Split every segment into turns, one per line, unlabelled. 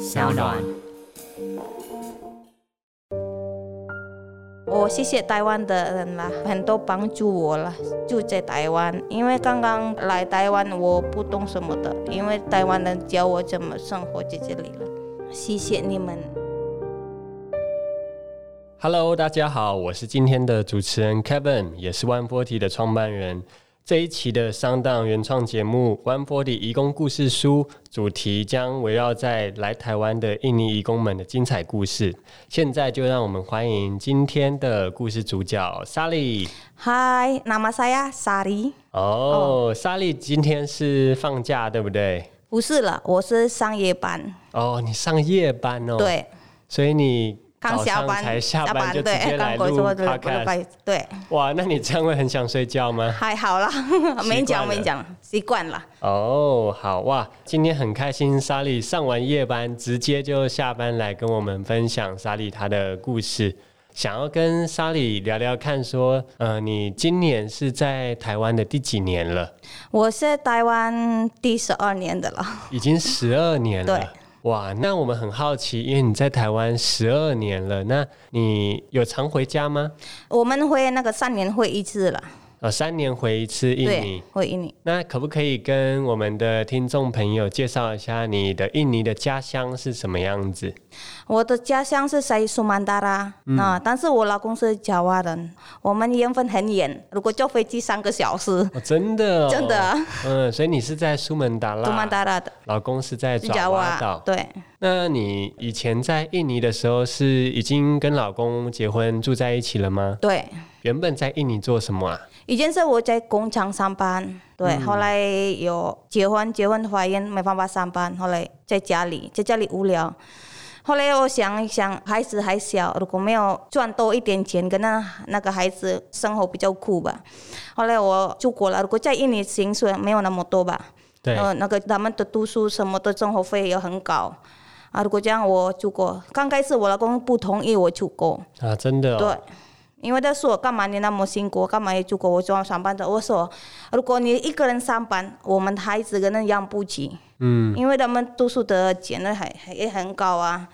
小暖。
我谢谢台湾的人啦，很多帮助我了，就在台湾。因为刚刚来台湾，我不懂什么的，因为台湾人教我怎么生活在这里了。谢谢你们。
Hello，大家好，我是今天的主持人 Kevin，也是 One Forty 的创办人。这一期的商档原创节目《One Forty 移工故事书》主题将围绕在来台湾的印尼移工们的精彩故事。现在就让我们欢迎今天的故事主角莎莉。
Hi, nama saya Sari。
哦，莎莉今天是放假对不对？
不是了，我是上夜班。
哦，你上夜班哦。。
对，
所以你
刚
早
下
上
班，
才下
下
班就直接
对，
来
刚
录
过做
podcast。
对，
哇，那你这样会很想睡觉吗？
还好 啦，没
习惯
讲
了
没讲，习惯了。
哦，好哇，今天很开心，莎莉上完夜班直接就下班来跟我们分享莎莉她的故事。想要跟莎莉聊聊看，说，呃，你今年是在台湾的第几年 了？
我是台湾第十二年的了，
已经十二年
对
了。哇，那我们很好奇，因为你在台湾十二年了，那你有常回家吗？
我们会那个三年会一次了，
呃，三年回一次印尼
对。，会印尼。
那可不可以跟我们的听众朋友介绍一下你的印尼的家乡是什么样子？
我的家乡是塞苏曼达拉，
嗯
啊，但是我老公是爪哇人，我们缘分很远，如果坐飞机三个小时，
哦，真的、哦，
真的。
嗯，所以你是在苏门答腊，
苏曼达拉的
老公是在爪
爪
哇
哇
岛，。
对，
那你以前在印尼的时候，是已经跟老公结婚住在一起了吗？
对。
原本在印尼做什么啊？
以前是我在工厂上班，对，后来有结婚，结婚怀孕没办法上班，后来在家里，在家里无聊。后来我想一想，孩子还小，如果没有赚多一点钱，跟那那个孩子生活比较苦吧。后来我出国了，如果在印尼薪水没有那么多吧，
对，
呃，那个他们的读书什么的生活费也很高啊。如果这样我出国，刚开始我老公不同意我出国，
啊，真的、哦，
对，因为他说干嘛你那么辛苦，干嘛要出国？我说上班的。我说，如果你一个人上班，我们孩子可能养不起，
嗯，
因为他们读书的钱呢还还也很高啊。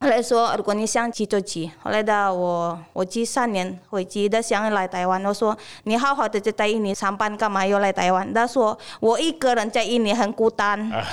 后来说，如果你想去就去。后来的我，我去三年回去，他想来台湾。我说，你好好的就在印尼上班，干嘛要来台湾？他说，我一个人在印尼很孤单。
啊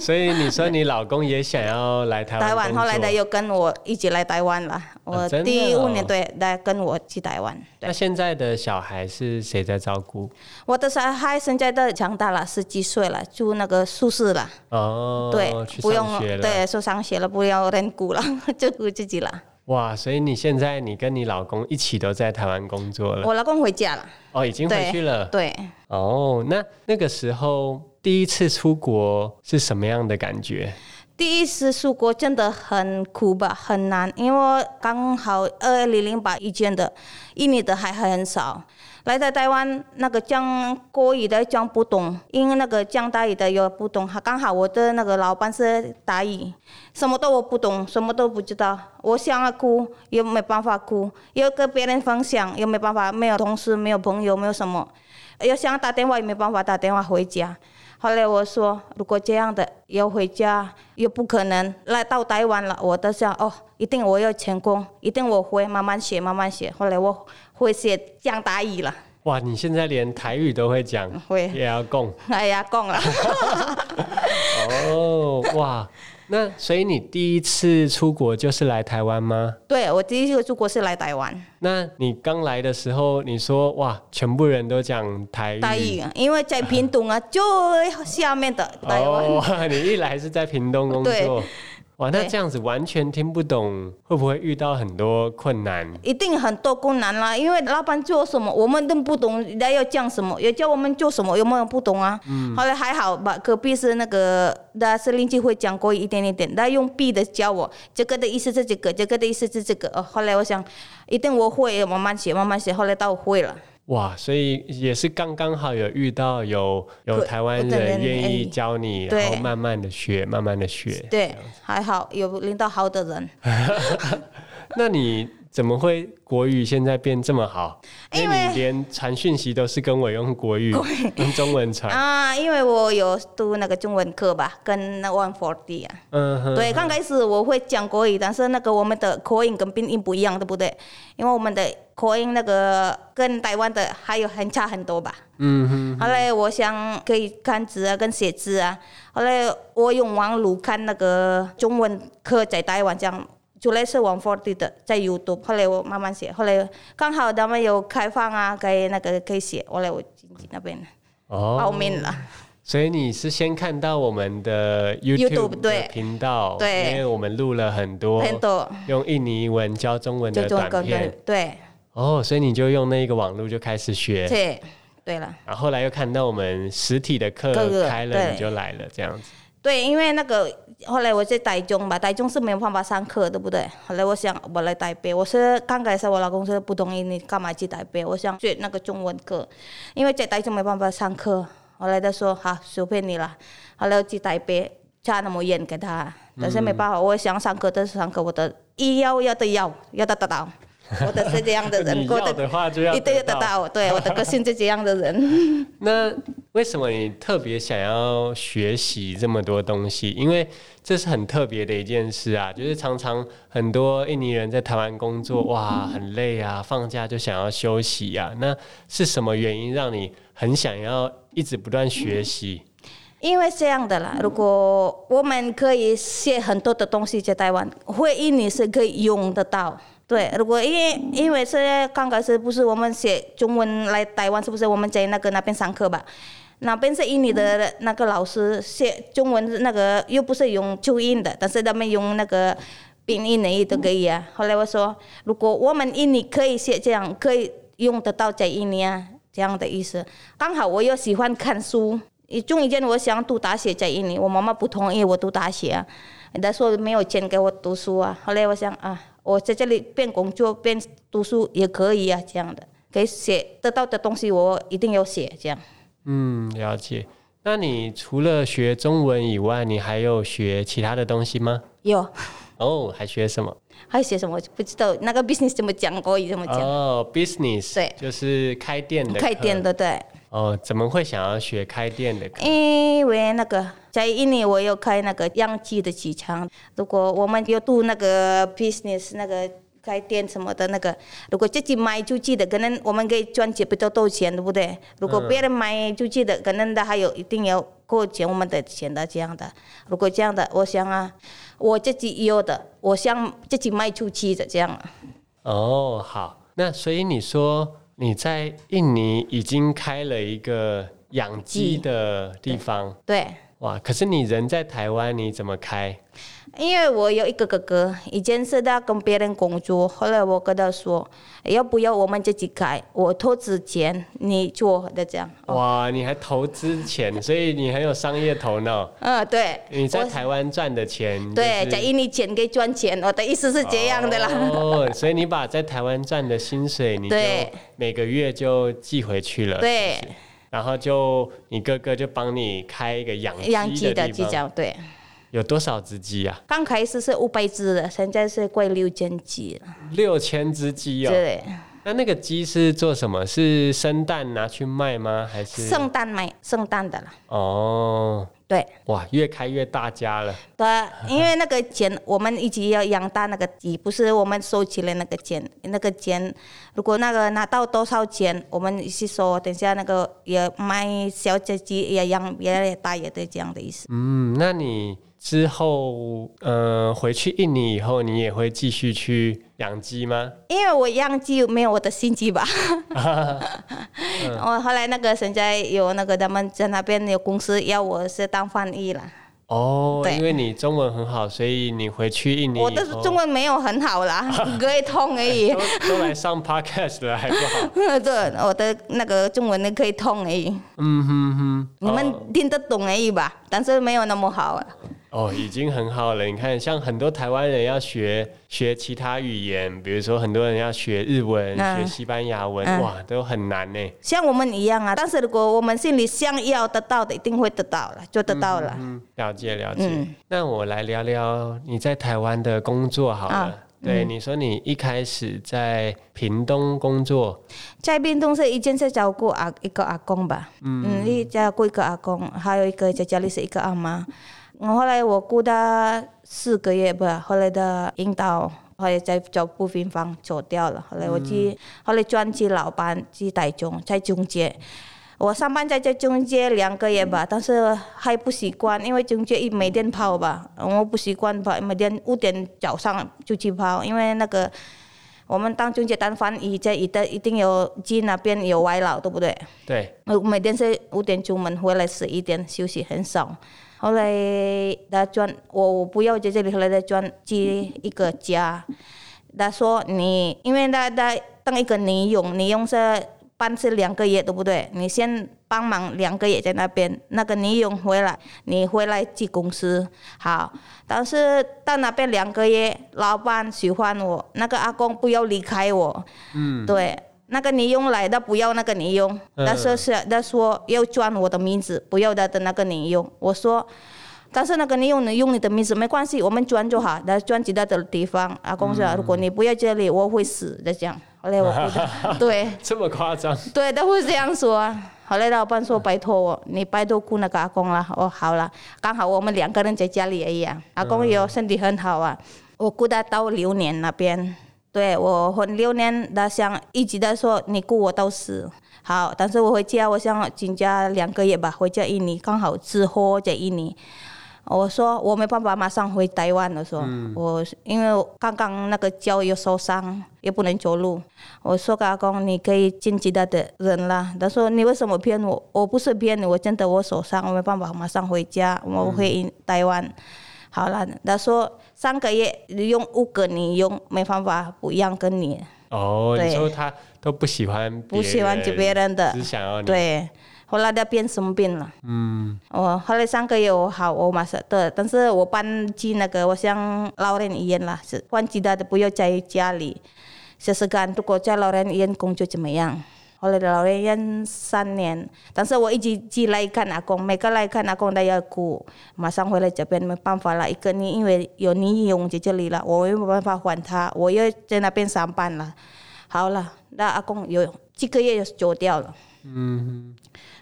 所以你说你老公也想要来台湾
台湾
工
后来
作
的又跟我一起来台湾了。
啊
我
真的
第
哦
五年对，来跟我去台湾。对。
那现在的小孩是谁在照顾？
我的小孩现在都长大了，十几岁了，住那个宿舍了，
哦，
对
去，
不
上
用
学了。
对，说上学了，不要认股了， 就顾自己了。
哇，所以你现在你跟你老公一起都在台湾工作了？
我老公回家了，
哦，已经回去了。
对，
哦，那那个时候第一次出国是什么样的感觉？
第一次出国真的很苦吧，很难，因为刚好二零零八以前的印尼的还很少，来到台湾那个讲国语的讲不懂，因为那个讲台语的也不懂，刚好我的那个老板是台语，什么都我不懂，什么都不知道，我想要哭也没办法哭，要跟别人分享也没办法，没有同事，没有朋友，没有什么。要想打电话也没办法打电话回家。后来我说，如果这样的要回家也不可能，来到台湾了，我都想哦，一定我要成功，一定我会慢慢学，慢慢学。后来我会写讲台语了，
哇，你现在连台语都会讲，
嗯会
也要供
哎呀，讲了，
哦，哇，那所以你第一次出国就是来台湾吗？
对我第一次出国是来台湾，
那你刚来的时候，你说哇，全部人都讲台语，
台语，啊因为在屏东啊，就下面的台湾。
哦，你一来是在屏东工作
对，
哇，那
对
这样子完全听不懂，会不会遇到很多困难？
一定很多困难啦，因为老板做什么，我们都不懂，人家要讲什么，也叫我们做什么，有没有不懂啊？后来还好吧，隔壁是那个，他是邻居会讲过一点一点，他用 B 的教我，这个的意思是这个，这个的意思是这个。哦，后来我想，一定我会慢慢写，慢慢写，后来到我会了。
哇，所以也是刚刚好有遇到有有
可
台湾
我的
人
人
愿意
哎
教你，
对
然后慢慢的学，慢慢的学。
对，还好有领导好的人。
那你怎么会国语现在变这么好？
因
因
为
为你连传讯息都是跟我用国语、用中文传。
啊，因为我有读那个中文课吧，跟那 One Forty 啊。
嗯哼，
对，刚开始我会讲国语，但是那个我们的口音跟拼音不一样，对不对？因为我们的口音那个跟台湾的还有很差很多吧。
嗯哼，
后来我想可以看字啊，跟写字啊。后来我用网路看那个中文课在台湾讲，主要是王 forty 的，在 YouTube。后来我慢慢写，后来刚好他们有开放啊，给那个可以写。后来我进去那边报
哦，
名了。
所以你是先看到我们的
YouTube，
YouTube
对
的频道，
对
因为我们录了很多
很多
用印尼文教中文
就
的
中文
短
歌
片，
对
哦，所以你就用那个网络就开始学，
对对了。
然后后来又看到我们实体的课
各个
开了，
对
你就来了这样子。
对，因为那个后来我在台中吧，台中是没有办法上课，对不对？后来我想我来台北，我是刚开始我老公是不同意你干嘛去台北，我想学那个中文课，因为在台中没办法上课。后来他说好随便你了，后来我去台北差那么远给他，但是没办
嗯
法，我想上课但是上课我的一要要的要要得得到，我的是这样的人，
你
我
要的话就要
一定要
得
得
到
到，对我的个性就这样的人。
那为什么你特别想要学习这么多东西？因为这是很特别的一件事啊，就是常常很多印尼人在台湾工作，哇，很累啊，放假就想要休息啊。那是什么原因让你很想要一直不断学习？
因为这样的啦，如果我们可以写很多的东西在台湾，会印尼是可以用得到。对，如果因为因为现在刚开始不是我们写中文来台湾，是不是我们在那个那边上课吧？那边是印尼的那个老师写中文，那个又不是用注音的，但是他们用那个拼音的也都可以啊。后来我说，如果我们印尼可以写这样，可以用得到在印尼啊，这样的意思。刚好我又喜欢看书，一中一间我想读大学在印尼，我妈妈不同意我读大学、啊，她说没有钱给我读书啊。后来我想啊，我在这里边工作边读书也可以啊，这样的。给写得到的东西，我一定要写这样。
嗯，了解。那你除了学中文以外，你还有学其他的东西吗？
有，
哦，还学什么？
还写什么？不知道那个 business 怎么讲，国语怎么讲？
哦，business，
对
就是开店的课，
开店的对，
哦，怎么会想要学开店的课？
因为那个在印尼我有开那个养鸡的鸡场，如果我们有做那个 business 那个开店什么的那个，如果自己卖出去的，可能我们可以赚钱比较多钱，对不对？如果别人卖出去的，可能他还有一定要扣钱我们的钱的这样的。如果这样的，我想啊，我自己有的，我想自己卖出去的这样啊。
哦，好，那所以你说你在印尼已经开了一个养鸡
鸡
的地方，
对，
哇！可是你人在台湾，你怎么开？
因为我有一个哥哥，以前是他跟别人工作，后来我跟他说，要不要我们自己开？我投资钱，你做的这样。哦，
哇，你还投资钱，所以你很有商业头脑。
嗯，对，
你在
我
台湾赚的钱、
对，
就是
在印尼钱可以赚钱，我的意思是这样的啦。
哦，所以你把在台湾赚的薪水，你就
对
每个月就寄回去 了。
对，
然后就你哥哥就帮你开一个养
养鸡的
地
鸡
方，
场，对，
有多少只鸡啊？
刚开始是五百只的，现在是快六千只了。
六千只鸡哦。
对，
那那个鸡是做什么？是生蛋拿去卖吗？还是？
圣诞买圣诞的啦，
哦，
对。
哇，越开越大家了。
对，因为那个钱我们一直要养大那个鸡，不是我们收起来那个钱，那个钱如果那个拿到多少钱，我们是说等下那个也卖小只鸡也养越来越大也对这样的意思。
嗯，那你之后呃回去印尼以后，你也会继续去养鸡吗？
因为我养鸡没有我的心机吧，我后来那个现在有那个他们在那边有公司要我是当翻译了，
哦，
对
因为你中文很好，所以你回去印尼以后
我的中文没有很好啦， 可以通而已。
都都来上 podcast 了，还不 好？
对，我的那个中文可以通而已。
嗯哼哼，
你
哦
们听得懂而已吧，但是没有那么好啊。
哦，已经很好了。你看，像很多台湾人要学学其他语言，比如说很多人要学日文、
嗯
学西班牙文，
嗯
哇，都很难呢。
像我们一样啊，但是如果我们心里想要得到的，一定会得到了，就得到了。
嗯嗯，了解了解。
啊嗯
那我来聊聊你在台湾的工作好了。
啊
对，你说你一开始在屏东工作，
在冰冻是以前是照顾阿一个阿公吧，嗯，一照顾一个阿公，还有一个在家里是一个阿妈。我后来我顾他四个月吧，后来的引导，后来在照顾病房走掉了。后来我去，后来转去老班去台中，在中介。我上班在这中介两个月吧，但是还不习惯，因为中介一每天跑吧，我不习惯吧，每天五点早上就去跑，因为那个我们当中介单翻译，这一定一定有鸡那边有歪佬，对不对？
对，
我每天是五点出门，回来十一点休息，很少。后来他转我我不要在这里，后来他转去一个家，他说你因为他他当一个女佣，女佣是办是两个月对不对？你先帮忙两个月在那边，那个女佣回来，你回来去公司好，但是到那边两个月，老板喜欢我，那个阿公不要离开我，嗯，对。那个女佣来的不要那个女佣，
嗯
他说是他说要转我的名字，不要他的那个女佣。我说，但是那个女佣你用你的名字没关系，我们转就好，他转其他的地方。阿公说，如果你不要这里，我会死的这样。后来我不得，对
这么夸张，
对，他会这样说啊。后来老板说：“拜托我，你拜托雇那个阿公了。”哦，好了，刚好我们两个人在家里而已啊。阿公有身体很好啊，我雇他到流年那边。对我混流年，他想一直在说你雇我到死。好，但是我回家，我想请假两个月吧，回家印尼刚好之后在印尼。我说我没办法马上回台湾，我说、我因为我刚刚那个脚又受伤，也不能走路。我说给阿公，你可以见其他的人啦。他说你为什么骗我？我不是骗你，我真的我手伤，我没办法马上回家，我回台湾。好了，他说三个月你用五个你用，没办法不一样跟你，
哦，
对
你说他都不喜欢别人，
不喜欢别人的
只。想要你，
对，后来他变生病了。
嗯，
我后来三个月我好，我马上对，但是我搬去那个我像老人医院啦，是换其他的不要在家里，试试看如果在老人医院工作怎么样。后来老人医院三年，但是我一直去来看阿公，每个来看阿公都要哭，马上回来这边没办法了，一个你因为有你用在这里了，我没有办法还他，我又在那边上班了。好了，那阿公有这个月就走掉了。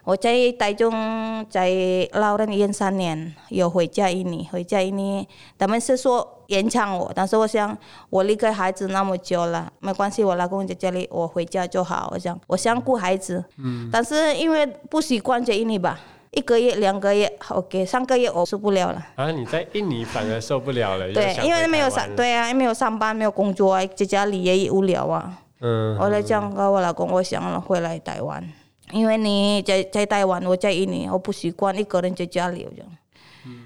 我在台中在老人医院三年，有回家一年，回家一年，他们是说延长我，但是我想我离开孩子那么久了，没关系，我老公在家里，我回家就好。我想我想顾孩子，
嗯
但是因为不习惯这一年吧，一个月、两个月，OK，三个月我受不了了。
然后啊你在印尼反而受不了了，又
对
想，回
因为没有
台湾
上，，对啊，没有上班，没有工作啊，在家里也无聊啊。
嗯，
后来这样跟我老公，我想回来台湾，因为你在在台湾，我在印尼，我不习惯一个人在家里，我讲，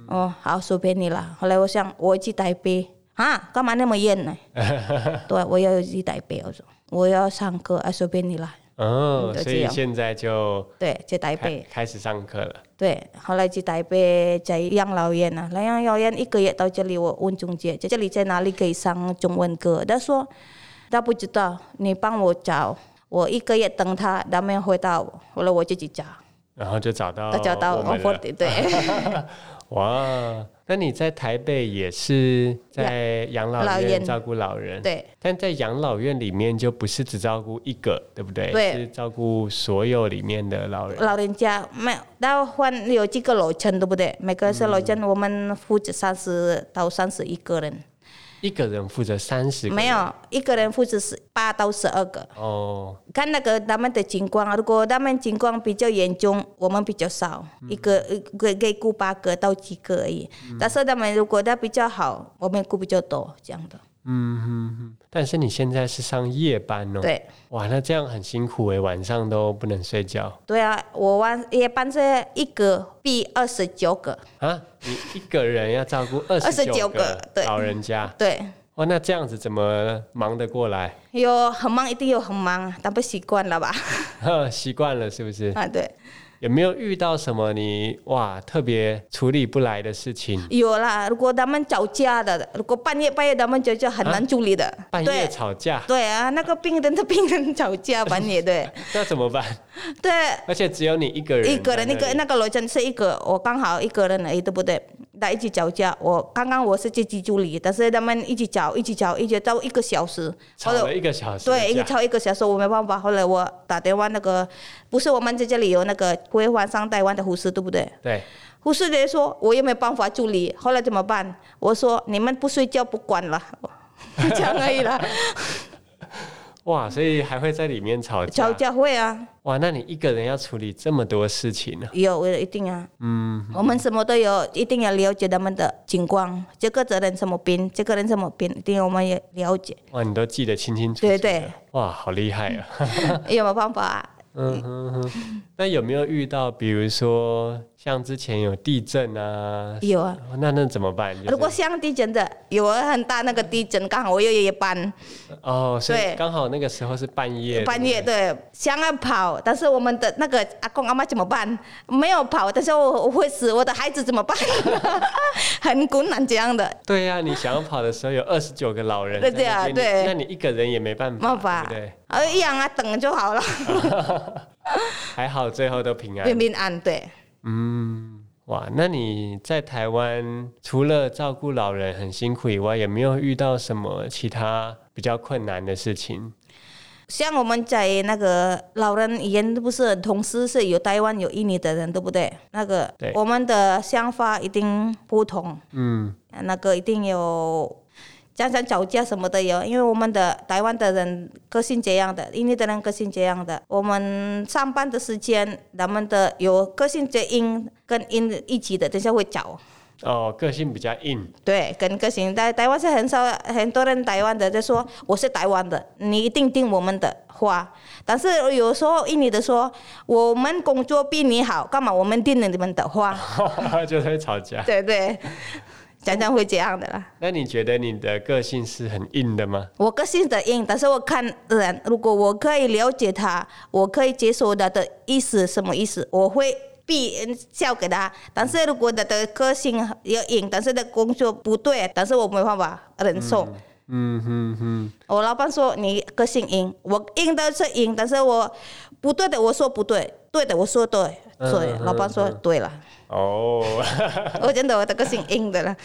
哦，好，随便你啦。后来我想，我去台北啊，干嘛那么远呢？对，我要去台北，我说我要上课，啊，随便你啦。
哦，
嗯就
所
这
以
样
现在就
对，在台
开
北，
开始上课了，
对，后来去台北，在养老院啊，来养老院一个月到这里，我问中介，在这里在哪里可以上中文课？他说他不知道，你帮我找，我一个月等他，他没有回答我，后来我自己找，
然后就找到
他找到
哦我们
我
了，
对对
哇，那你在台北也是在养老
老
院
院
照顾老人，
对
但在养老院里面就不是只照顾一个，对不对？
对
是照顾所有里面的老人。
老人家没有，他换有几个楼层，对不对？每个是楼层，
嗯
我们负责三十到三十一个人，
一个人负责三十，
没有一个人负责十八到十二个。
哦，
看那个他们的情况，如果他们情况比较严重，我们比较少，
嗯
一个一个给顾八个到几个而已。但是他们如果他比较好，我们顾比较多这样的。
嗯但是你现在是上夜班哦，，
对
哇，那这样很辛苦诶，晚上都不能睡觉
对啊，我晚一般是一个比二十九个，
啊！你一个人要照顾二十九
29
个
个对
老人家，
对，
哇，哦那这样子怎么忙得过来？
有很忙一定有很忙，但不习惯了吧？
呵习惯了是不是？
啊，对，
有没有遇到什么你哇特别处理不来的事情？
有啦。如果他们吵架的，如果半夜半夜他们吵架很难处理的，
啊半夜
对
吵架，
对啊，那个病人的病人吵 架半夜，对
那怎么办？
对。
而且只有你一个人在那
一
里，
个人，一个那个楼层是一个，我刚好一个人而已，对不对？在一起吵架。我刚刚我是自己助理，但是他们一直吵，一直吵，一直到一个小时，
吵
后来
了一个小时的架，
哦对，一个超一个小时，我没办法。后来我打电话那个，不是我们在这里有那个回环上台湾的护士，对不对？
对，
护士也说我也没办法助理，后来怎么办？我说你们不睡觉不管了， 这样而已 啦。
哇，所以还会在里面吵架，
吵架会啊，
哇，那你一个人要处理这么多事情呢、
有一定啊，
嗯，
我们什么都有，一定要了解他们的情况，这个责任什么病，这个人什么病，一定我们也了解。
哇，你都记得清清楚楚，
对，对，
哇，好厉害啊！
也没办法、啊。
嗯哼哼，那有没有遇到，比如说像之前有地震啊？
有啊，
那那怎么办？就是
如果像地震的，有很大那个地震，刚好我又夜班，
哦，所以
对
刚好那个时候是半夜，
半夜对，想要跑，但是我们的那个阿公阿妈怎么办？没有跑，但是我我会死，我的孩子怎么办？ 很困难这样的，
对呀、你想要跑的时候有二十九个老人在
对
那
对啊
边，
对
你那你一个人也没办
没
法，
办法
对不对？，
呃，一样啊，等就好了，
还好最后都平安。
平平安对。
嗯，哇，那你在台湾除了照顾老人很辛苦以外，有没有遇到什么其他比较困难的事情？
像我们在那个老人医院，不是同时是有台湾有印尼的人，对不对？那个
对
我们的想法一定不同，
嗯，
那个一定有常常吵架什么的有，因为我们的台湾的人个性这样的，印尼的人个性这样的。我们上班的时间，咱们的有个性这音跟音一起的，等下会吵。
哦，个性比较硬，
对，跟个性在台湾是很少，很多人台湾的在说我是台湾的，你一定听我们的话。但是有时候印尼的说我们工作比你好，干嘛我们听你们的话？
就会吵架。
对对，常常会这样的啦。
那你觉得你的个性是很硬的吗？
我个性的硬，但是我看人，如果我可以了解他，我可以接受他的意思什么意思，我会必笑给他。但是如果他的个性有硬，但是他的工作不对，但是我没办法忍受。
嗯哼哼，
我哦老板说你个性硬，我硬的是硬，但是我不对的我说不对，对的我说对，
嗯
所以
嗯
老板说对了，
哦，
我真的我的个性硬的了，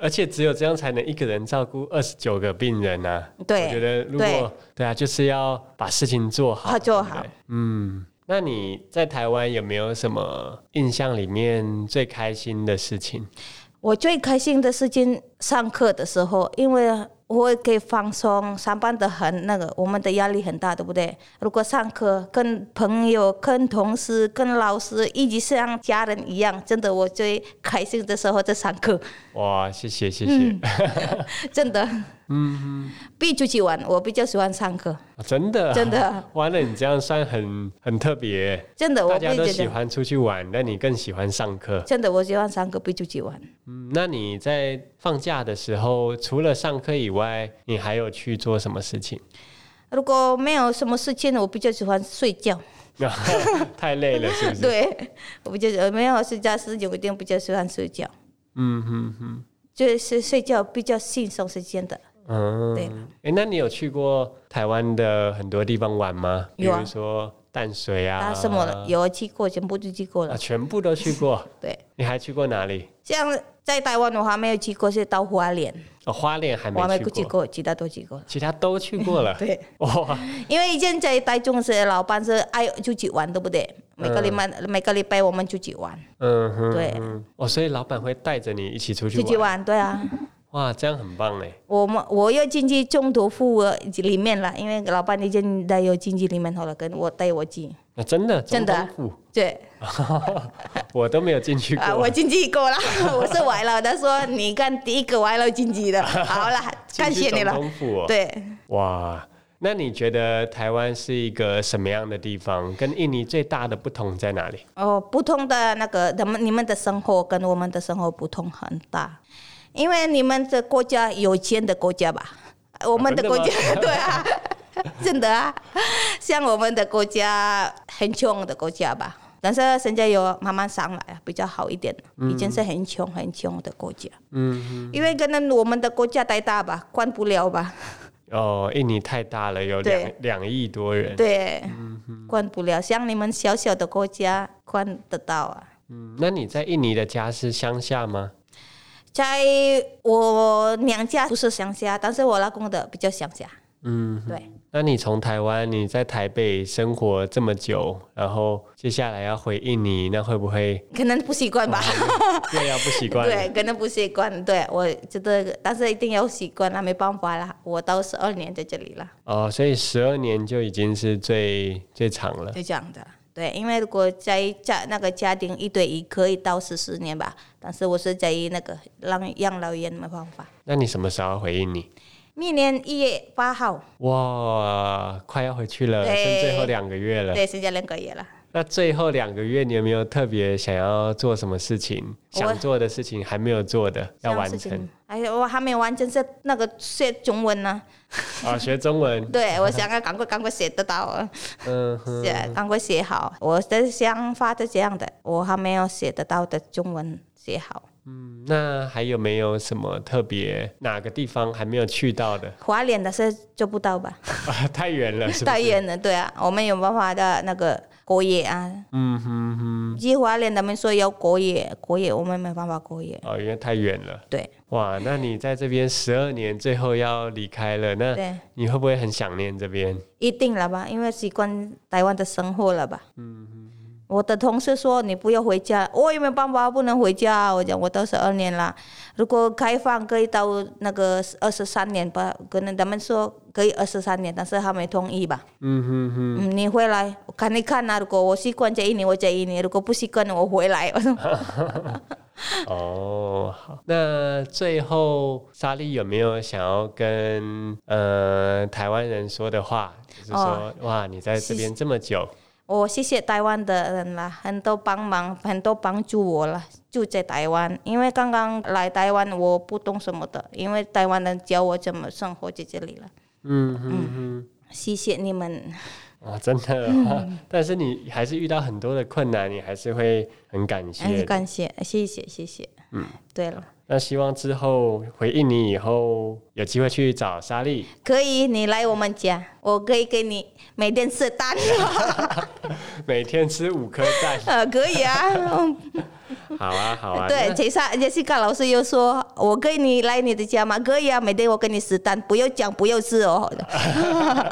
而且只有这样才能一个人照顾二十九个病人啊。我觉
对，
得如果对啊，就是要把事情做好，
好做
对不对
好。
嗯，那你在台湾有没有什么印象里面最开心的事情？
我最开心的事情，上课的时候，因为我可以放松，上班的很那个，我们的压力很大，对不对？如果上课跟朋友、跟同事、跟老师，一直像家人一样，真的我最开心的时候在上课。
哇，谢谢谢谢，
嗯 真的。嗯，必出去玩，我比较喜欢上课，
哦 真的啊
真的，
完了，你这样算很很特别。
真的，
大
我
家
会
都
觉
喜
得，
欢出去玩，但你更喜欢上课。
真的我喜欢上课，必出去玩。
嗯，那你在放假的时候，除了上课以外，你还有去做什么事情？
如果没有什么事情，我比较喜欢睡觉。
太累了，是不是？
对， 我比较呃没有睡觉时间，我一定比较喜欢睡觉，
嗯哼哼，
就是睡觉比较轻松时间的。
嗯，
对。
哎，那你有去过台湾的很多地方玩吗？
有啊
比如说淡水啊，
啊，什么有去过，全部都去过
啊，
了。
全部都去过。
对，
你还去过哪里？
像在台湾我还没有去过，是到花莲，
哦，花莲还
我还
没
没
去
去
过，
过，其他都去过了。
其他都去过了。
对，
哇，
因为以前在台中是老板是爱出去玩，对不对？每个礼拜、
呃
每个礼拜我们出去玩，
嗯哼，
对
嗯，哦，所以老板会带着你一起出去
出去玩，对啊。
哇，这样很棒哎。
我们我又进去中途服务里面了，因为老板已经带我进去里面好了，跟我带我进，
那真的，
真的啊
总统府，
对
我都没有进去 过。
啊，我进去过了，我是歪了，他说你看第一个歪了进去的，好了，
进
感
去
谢你了
总，统府哦
对。
哇，那你觉得台湾是一个什么样的地方？跟印尼最大的不同在哪里？
哦，不同的那个，咱们你们的生活跟我们的生活不同很大，因为你们的国家有钱的国家吧，我们的国家、 对啊， 真的啊，像我们的国家很穷的国家吧，但是现在有慢慢上来，啊比较好一点，以前是很穷很穷的国家，
嗯，
因为可能我们的国家太大吧，管不了吧，
哦，印尼太大了，有
对
两两亿多人。
对，
嗯
管不了，像你们小小的国家管得到啊。
嗯，那你在印尼的家是乡下吗？
在我娘家不是乡下，但是我老公的比较乡下。
嗯，
对，
那你从台湾，你在台北生活这么久，然后接下来要回印尼，那会不 会
可能不习惯吧。
哦又要不习惯了？
对，可能不习惯。对我觉得，但是一定要习惯啦，没办法啦。我到十二年在这里了，
哦，所以十二年就已经是最最长了。
就这样啊的。对，因为如果在家那个家庭一对一可以到十四年吧，但是我是在那个让养老院没办法。
那你什么时候要回印尼？
明年一月八号，
哇，快要回去了，
对
剩最后两个月了。
对，剩下两个月了。
那最后两个月，你有没有特别想要做什么事情？
我
想做的事情还没有做的
这
要
样
完
事
成
情。哎呀，我还没完成是那个学中文呢、
啊、学中文，
对，我想要赶快赶快写得到 啊，
嗯哼，
写赶快写好。我的想法是这样的，我还没有写得到的中文写好。
嗯那还有没有什么特别哪个地方还没有去到的？
华联的是做不到 吧？
啊，太远了，是不
太
是？
远了，对啊，我们有办法的那个过夜啊。
嗯哼哼，
去华联他们说要过夜，过夜我们没办法过夜。
哦，因为太远了。
对
哇，那你在这边十二年，最后要离开了，那
对，
你会不会很想念这边？
一定了吧？因为习惯台湾的生活了吧？嗯我的同事说你不要回家，我也没办法，不能回家。我讲我都十二年了，如果开放可以到那个二十三年吧，可能他们说可以二十三年，但是他没同意吧？
嗯哼哼，
嗯，你回来我看一看啊，如果我习惯在印尼，我在印尼；如果不习惯，我回来。我说
嗯哦，好。那最后，莎莉有没有想要跟呃台湾人说的话？就是说，
哦
哇，你在这边这么久，
我谢谢台湾的人啦，很多帮忙，很多帮助我了，就在台湾。因为刚刚来台湾，我不懂什么的，因为台湾人教我怎么生活在这里了。
嗯哼哼，
谢谢你们，
啊、真的、
嗯
但是你还是遇到很多的困难，你还是会很感谢
很
的。
感谢，谢谢，谢谢。嗯，对了，
那希望之后回印尼以后，有机会去找莎莉。
可以你来我们家，我可以给你每天吃 蛋。。
每天吃五颗蛋
呃，可以啊。嗯
好啊，好啊。
对，杰萨杰西卡老师又说，我可以你来你的家吗？可以啊，每天我给你吃蛋，不要讲，不要吃哦。
那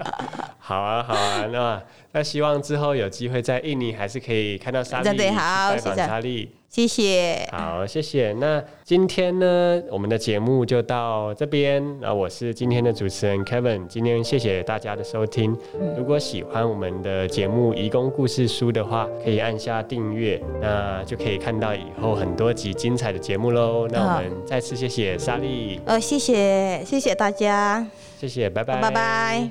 好啊，好啊。那那希望之后有机会在印尼还是可以看到莎莉，
真的好
去拜访
谢谢
莎莉。
谢谢，
好，谢谢。那今天呢，我们的节目就到这边。那我是今天的主持人 Kevin，今天谢谢大家的收听。如果喜欢我们的节目《移工故事书》的话，可以按下订阅，那就可以看到以后很多集精彩的节目喽。那我
好
们再次谢谢莎莉，
呃，谢谢，谢谢大家，
谢谢，拜拜，
拜拜。